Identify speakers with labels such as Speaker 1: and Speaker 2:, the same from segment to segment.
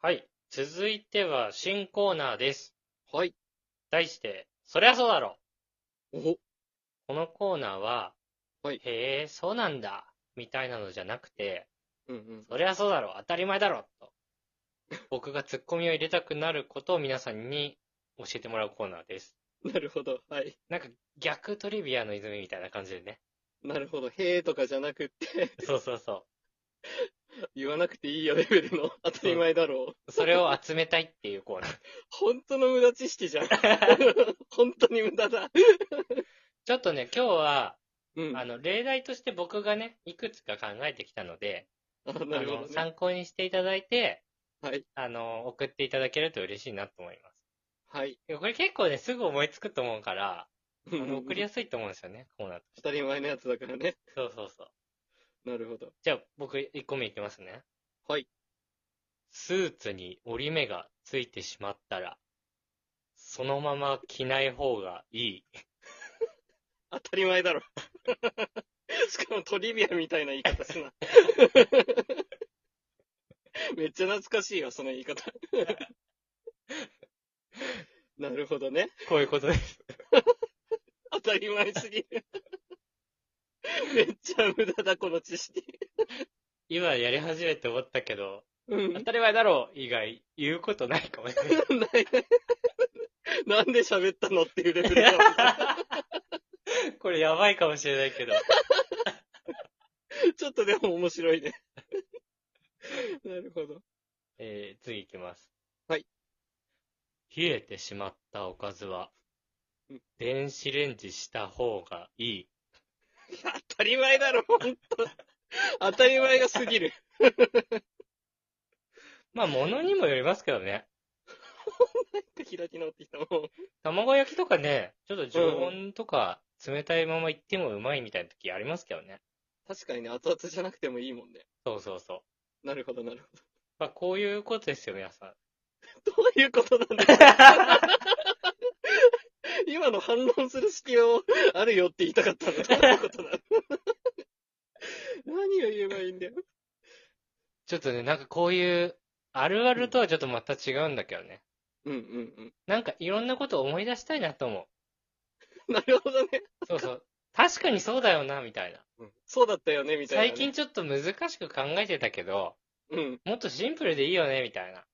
Speaker 1: はい。続いては新コーナーです。
Speaker 2: はい。
Speaker 1: 題して、そりゃそうだろ
Speaker 2: お
Speaker 1: このコーナーは、
Speaker 2: はい
Speaker 1: へえ、そうなんだ。みたいなのじゃなくて、
Speaker 2: うんうん。
Speaker 1: そりゃそうだろ当たり前だろと。僕がツッコミを入れたくなることを皆さんに教えてもらうコーナーです。
Speaker 2: なるほど。はい。
Speaker 1: なんか逆トリビアの泉みたいな感じでね。
Speaker 2: なるほど。へーとかじゃなくって、
Speaker 1: そうそうそ
Speaker 2: 言わなくていいよレベルの当たり前だろう。
Speaker 1: う。それを集めたいっていうコーナー。
Speaker 2: 本当の無駄知識 じゃん。本当に無駄だ。
Speaker 1: ちょっとね、今日は、
Speaker 2: うん。
Speaker 1: あ
Speaker 2: あ、
Speaker 1: の、例題として僕がね、いくつか考えてきたので、
Speaker 2: なる
Speaker 1: あ
Speaker 2: ほ
Speaker 1: の
Speaker 2: どね。
Speaker 1: 参考にしていただいて、
Speaker 2: はい。
Speaker 1: あの、送っていただけると嬉しいなと思います。
Speaker 2: はい。
Speaker 1: いやこれ結構ね、すぐ思いつくと思うから、あの送りや
Speaker 2: す
Speaker 1: すいと思うんですよね、コーナーとして
Speaker 2: 当たり前のやつだからね。
Speaker 1: そうそうそう。
Speaker 2: なるほど。
Speaker 1: じゃあ、僕、1個目いきますね。
Speaker 2: はい。
Speaker 1: スーツに折り目がついてしまったら、そのまま着ない方がいい。
Speaker 2: 当たり前だろ。 しかもトリビアみたいな言い方すな。めっちゃ懐かしいわ、その言い 方。なるほどね。
Speaker 1: こういうことです。
Speaker 2: 当たり前すぎる。めっちゃ無駄だ、この知識。
Speaker 1: 今やり始めて思ったけど、
Speaker 2: うん。な
Speaker 1: 当
Speaker 2: い
Speaker 1: たり前だろう以外言うことないかもね。
Speaker 2: なんで喋ったのっていうレベルだ わ
Speaker 1: これやばいかもしれないけど。
Speaker 2: ちょっとでも面白いね。なるほど。
Speaker 1: えー、次いきます。
Speaker 2: はい。
Speaker 1: 冷えてしまったおかずは
Speaker 2: うん、
Speaker 1: 電子レンジした方がいい。
Speaker 2: 当たり前だろ、ほんと。当たり前がすぎる。
Speaker 1: まあ、物にもよりますけどね。
Speaker 2: 開き直ってきたもん。
Speaker 1: 卵焼きとかね、ちょっと常温とか冷たいままいってもうまいみたいな時ありますけどね。
Speaker 2: 確かにね、後々じゃなくてもいいもんね。
Speaker 1: そうそうそう。
Speaker 2: なるほど、なるほ
Speaker 1: まあ、こういうことですよ、皆 さん。
Speaker 2: ど。どういうことなんだ今の反論する隙をあるよって言いたかったの。どういうことなの 何を言えばいいんだよ。
Speaker 1: ちょっとね、なんかこういう、あるあるとはちょっとまた違うんだけどね。
Speaker 2: うんうん
Speaker 1: なんかいろんなことを思い出したいなと思
Speaker 2: うん。なるほどね。
Speaker 1: う。そうそう。確かにそうだよな、みたいな。
Speaker 2: そうだったよね、みた
Speaker 1: 最
Speaker 2: いなね、
Speaker 1: 近ちょっと難しく考えてたけど、
Speaker 2: うん。
Speaker 1: もっとシンプルでいいよね、みたいな。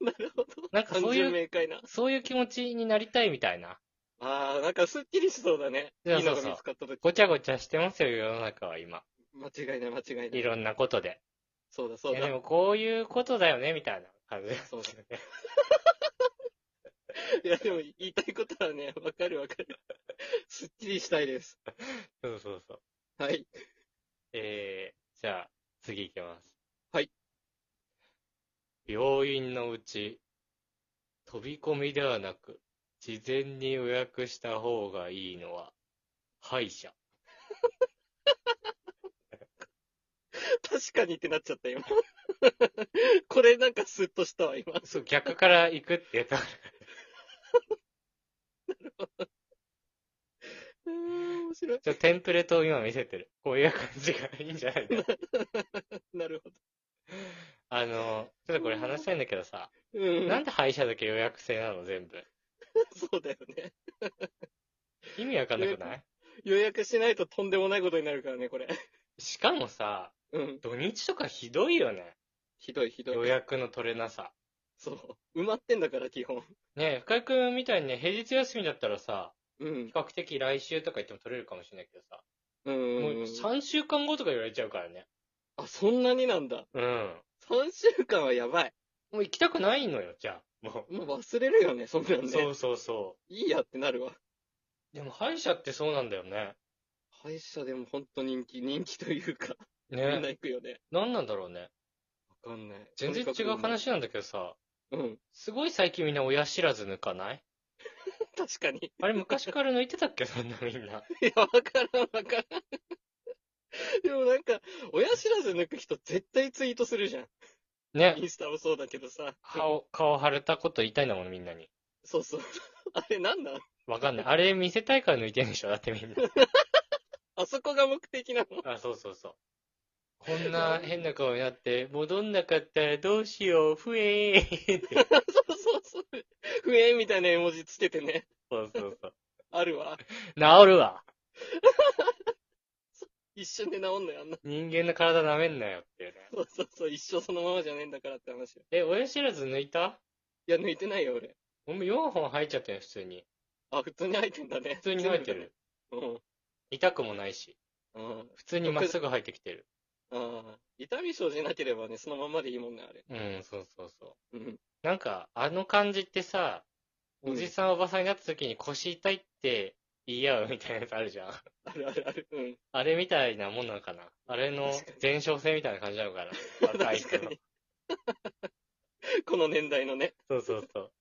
Speaker 2: なるほど。
Speaker 1: なんかそう
Speaker 2: 単
Speaker 1: いう
Speaker 2: 純明快な。
Speaker 1: そういう気持ちになりたいみたいな。
Speaker 2: ああ、なんかスッキリしそうだね。い
Speaker 1: そうそう
Speaker 2: い
Speaker 1: そう
Speaker 2: のが見つかった時。
Speaker 1: ごちゃごちゃしてますよ、世の中は今。
Speaker 2: 間違いない、間違いないい。
Speaker 1: ろんなことで。
Speaker 2: そうだ、
Speaker 1: い
Speaker 2: そう
Speaker 1: や、で
Speaker 2: だ。
Speaker 1: もこういうことだよね、みたいな感じです
Speaker 2: そう
Speaker 1: よ
Speaker 2: だ
Speaker 1: ね。
Speaker 2: いや、でも言いたいことはね、わかるわかる。スッキリしたいです。
Speaker 1: そうそうそう。
Speaker 2: はい。
Speaker 1: えー、じゃあ、次行きます。
Speaker 2: はい。
Speaker 1: 病院のうち、飛び込みではなく、事前に予約した方がいいのは、歯医者。
Speaker 2: 確かにってなっちゃった、今。 これなんかスッとしたわ、今。
Speaker 1: そう、逆から行くってやつ。
Speaker 2: うーん、面白い。
Speaker 1: ちょ、テンプレートを今見せてる。こういう感じがいいんじゃないかな。
Speaker 2: なるほ
Speaker 1: あの、ちょっとこれ話したいんだけどさ、
Speaker 2: ど。うん。
Speaker 1: なんで歯医者だけ予約制なの全部。
Speaker 2: そうだよね。
Speaker 1: 意味わかんなくない
Speaker 2: 予約しないととんでもないことになるからね、これ。
Speaker 1: しかもさ、
Speaker 2: うん。
Speaker 1: 土日とかひどいよね。
Speaker 2: ひどい、ひど
Speaker 1: 予
Speaker 2: い。
Speaker 1: 約の取れなさ。
Speaker 2: そう。埋まってんだから、基本。
Speaker 1: ねえ、深井くんみたいにね、平日休みだったらさ、
Speaker 2: うん
Speaker 1: 比。較的来週とか言っても取れるかもしれないけどさ、
Speaker 2: うん
Speaker 1: も
Speaker 2: う
Speaker 1: うん
Speaker 2: うん。
Speaker 1: 3週間後とか言われちゃうからね。
Speaker 2: あ、そんなになんだ。
Speaker 1: うん。
Speaker 2: 3週間はやばい。
Speaker 1: もう行きたくないのよ、じゃあ。も
Speaker 2: もう忘れるよね、そんなん
Speaker 1: う。
Speaker 2: ね。
Speaker 1: そうそうそ
Speaker 2: いいやってなるわ。
Speaker 1: う。でも歯医者ってそうなんだよね。
Speaker 2: 歯医者でも本当人気、人気というか、みんな
Speaker 1: ね
Speaker 2: 行くよね。
Speaker 1: 何なんだろうね。
Speaker 2: わかんない。
Speaker 1: 全然違う話なんだけどさ、
Speaker 2: うん。
Speaker 1: すごい最近みんな親知らず抜かない
Speaker 2: 確かに。
Speaker 1: あれ昔から抜いてたっけそんなみんな。
Speaker 2: いや、わからん、わからん。でもなんか、親知らず抜く人絶対ツイートするじゃん。イ
Speaker 1: ね。
Speaker 2: ンスタもそうだけどさ。
Speaker 1: 顔、顔腫れたこと言いたいんだもん、みんなに。
Speaker 2: そうそう。あれなんなん
Speaker 1: わかんない。あれ見せたいから抜いてんでしょだってみんな。
Speaker 2: あそこが目的なの
Speaker 1: あ、そうそうそう。こんな変な顔になって、戻んなかったらどうしよう、ふえーって。
Speaker 2: そうそうそう。不縁みたいな絵文字つけてね。
Speaker 1: そうそうそう。
Speaker 2: あるわ。
Speaker 1: 治るわ
Speaker 2: 一瞬で治んのよ、あんな。
Speaker 1: 人間の体舐めんなよっていうね。
Speaker 2: そうそうそう、一生そのままじゃねえんだからって話よ。
Speaker 1: え、親知らず抜いた
Speaker 2: いや、抜いてないよ、俺。
Speaker 1: 俺も4本入っちゃったよ、普通に。
Speaker 2: あ、普通に入ってんだね。
Speaker 1: 普通に生えてる。
Speaker 2: 全部だね。
Speaker 1: 痛くもないし。
Speaker 2: うん。うん。
Speaker 1: 普通にまっすぐ生えてきてる。
Speaker 2: ああ。痛み生じなければね、そのままでいいもんね、あれ。
Speaker 1: うん、そうそうそう。
Speaker 2: うん。
Speaker 1: なんか、あの感じってさ、
Speaker 2: うん
Speaker 1: おじさんおばさんになった時に腰痛いって言い合うみたいなやつあ るじゃん。
Speaker 2: あるあるある。うん。
Speaker 1: あれみたいなもんなのかなあれの前哨戦みたいな感じなのか な若い人
Speaker 2: 確か
Speaker 1: の。
Speaker 2: に。この年代のね、
Speaker 1: そうそうそう。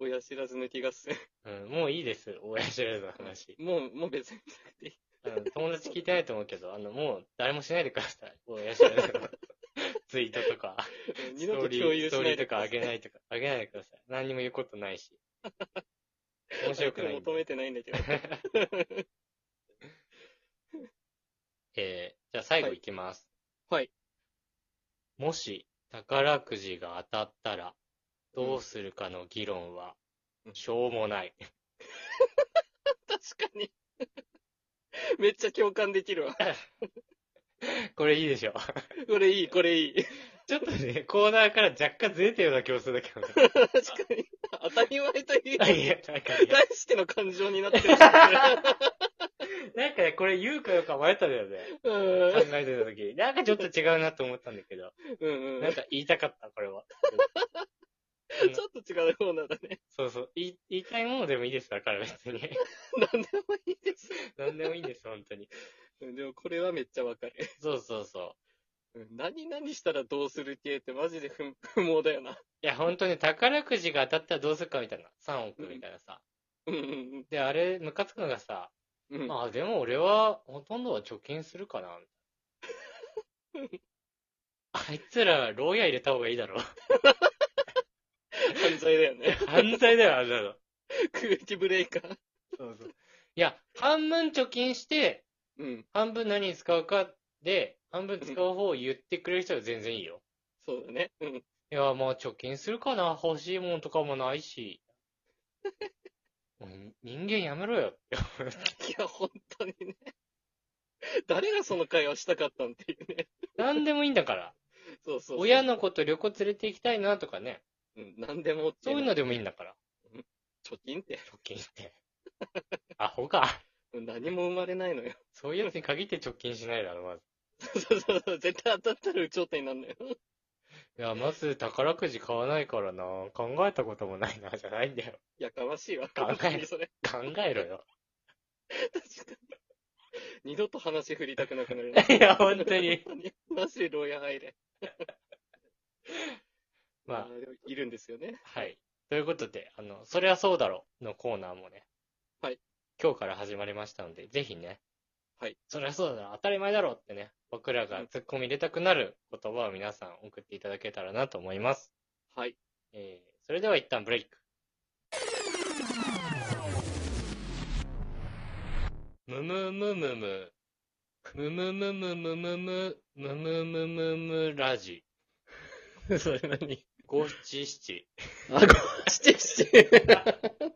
Speaker 2: 親知らず抜き合戦。
Speaker 1: うん、もういいです、親知らずの話。
Speaker 2: もう、もう別になくていい。
Speaker 1: うん、友達聞いてないと思うけど、あの、もう誰もしないでください。親知ら ずのツイートとか、
Speaker 2: うん二
Speaker 1: ス
Speaker 2: 度
Speaker 1: トー
Speaker 2: と
Speaker 1: リ
Speaker 2: 共有
Speaker 1: ー、ス
Speaker 2: し
Speaker 1: トー
Speaker 2: な
Speaker 1: リー
Speaker 2: い
Speaker 1: と
Speaker 2: で
Speaker 1: かあげないとか、あげないでください。何にも言うことない し。面白くないんで
Speaker 2: 求。めてないんだけど。
Speaker 1: えー、じゃあ最後いきます。
Speaker 2: はい。
Speaker 1: もし宝くじが当たったら、どうするかの議論は
Speaker 2: う、ん
Speaker 1: しょうもない。
Speaker 2: 確かに。 めっちゃ共感できるわ。
Speaker 1: これいいでしょ。
Speaker 2: これいい、これいい。
Speaker 1: ちょっとね、コーナーから若干ずれてるような気もするんだけどね。
Speaker 2: 確かに。当たり前という
Speaker 1: あ いや なんかね、
Speaker 2: 大しての感情になって る。
Speaker 1: なんかね、これ言うかどうか迷ったんだよね。
Speaker 2: うん
Speaker 1: 考えてた時。なんかちょっと違うなと思ったんだけど。
Speaker 2: うんう
Speaker 1: なん
Speaker 2: ん。
Speaker 1: か言いたかった、これは。 うん
Speaker 2: ちょっと違うコーナーだね。
Speaker 1: そうそう。言い言いたいものでもいいですだから別に。
Speaker 2: なんでもいいです。
Speaker 1: 何でもいいんです、本当に。
Speaker 2: うんでもこれはめっちゃわかる。
Speaker 1: そうそうそう。
Speaker 2: うん何々したらどうする系ってマジで不不毛だよな。
Speaker 1: いや、本当に宝くじが当たったらどうするかみたいな。3億みたいなさ。
Speaker 2: うんうん
Speaker 1: で、あれ、ムカつくのがさ、
Speaker 2: うん。うん、
Speaker 1: あ、でも俺は、ほとんどは貯金するかな。 あいつら、牢屋入れた方がいいだろ。
Speaker 2: 犯罪だよね。
Speaker 1: 犯罪だよ、あれだろ。
Speaker 2: 空気ブレーカー。
Speaker 1: そうそう。いや、半分貯金して、
Speaker 2: うん。
Speaker 1: 半分何に使うかで、半分使う方を言ってくれる人は全然いいよ。
Speaker 2: そうだね。うん。
Speaker 1: いや、まあ、貯金するかな。欲しいもんとかもないし。もう人間やめろよって思う。
Speaker 2: いや、本当にね。誰がその会話したかったんっていうね。
Speaker 1: 何でもいいんだから。
Speaker 2: そうそうそう
Speaker 1: 親の子と旅行連れて行きたいなとかね。
Speaker 2: うん、何でも OK
Speaker 1: そういうのでもいいんだから。
Speaker 2: 貯金って。
Speaker 1: 貯金って。アホか。
Speaker 2: うん何も生まれないのよ。
Speaker 1: そういうやつに限って貯金しないだろ、まず。
Speaker 2: そうそうそう。絶対当たったら有頂天になるのよ。
Speaker 1: いや、まず宝くじ買わないからな。考えたこともないな、じゃないんだよ。
Speaker 2: やかましいわ。
Speaker 1: 考え
Speaker 2: 本当にそれ。
Speaker 1: 考えろよ。
Speaker 2: 確かに。二度と話振りたくなくなる
Speaker 1: いや本当に。
Speaker 2: 本マジで牢屋入れ。
Speaker 1: ま
Speaker 2: ーでもいるんですよね。
Speaker 1: あ、はい。ということで、あの、そりゃそうだろのコーナーもね。
Speaker 2: はい。
Speaker 1: 今日から始まりましたので、ぜひね。
Speaker 2: はい。
Speaker 1: そりゃそうだろ、当たり前だろってね。僕らが突っ込み入れたくなる言葉を皆さん送っていただけたらなと思います。
Speaker 2: はい。
Speaker 1: えー、それでは一旦ブレイク。むむむむむ。むむむむむむむ。むむむむむラジ。
Speaker 2: それ何
Speaker 1: 五七七。
Speaker 2: あ、ご、してして。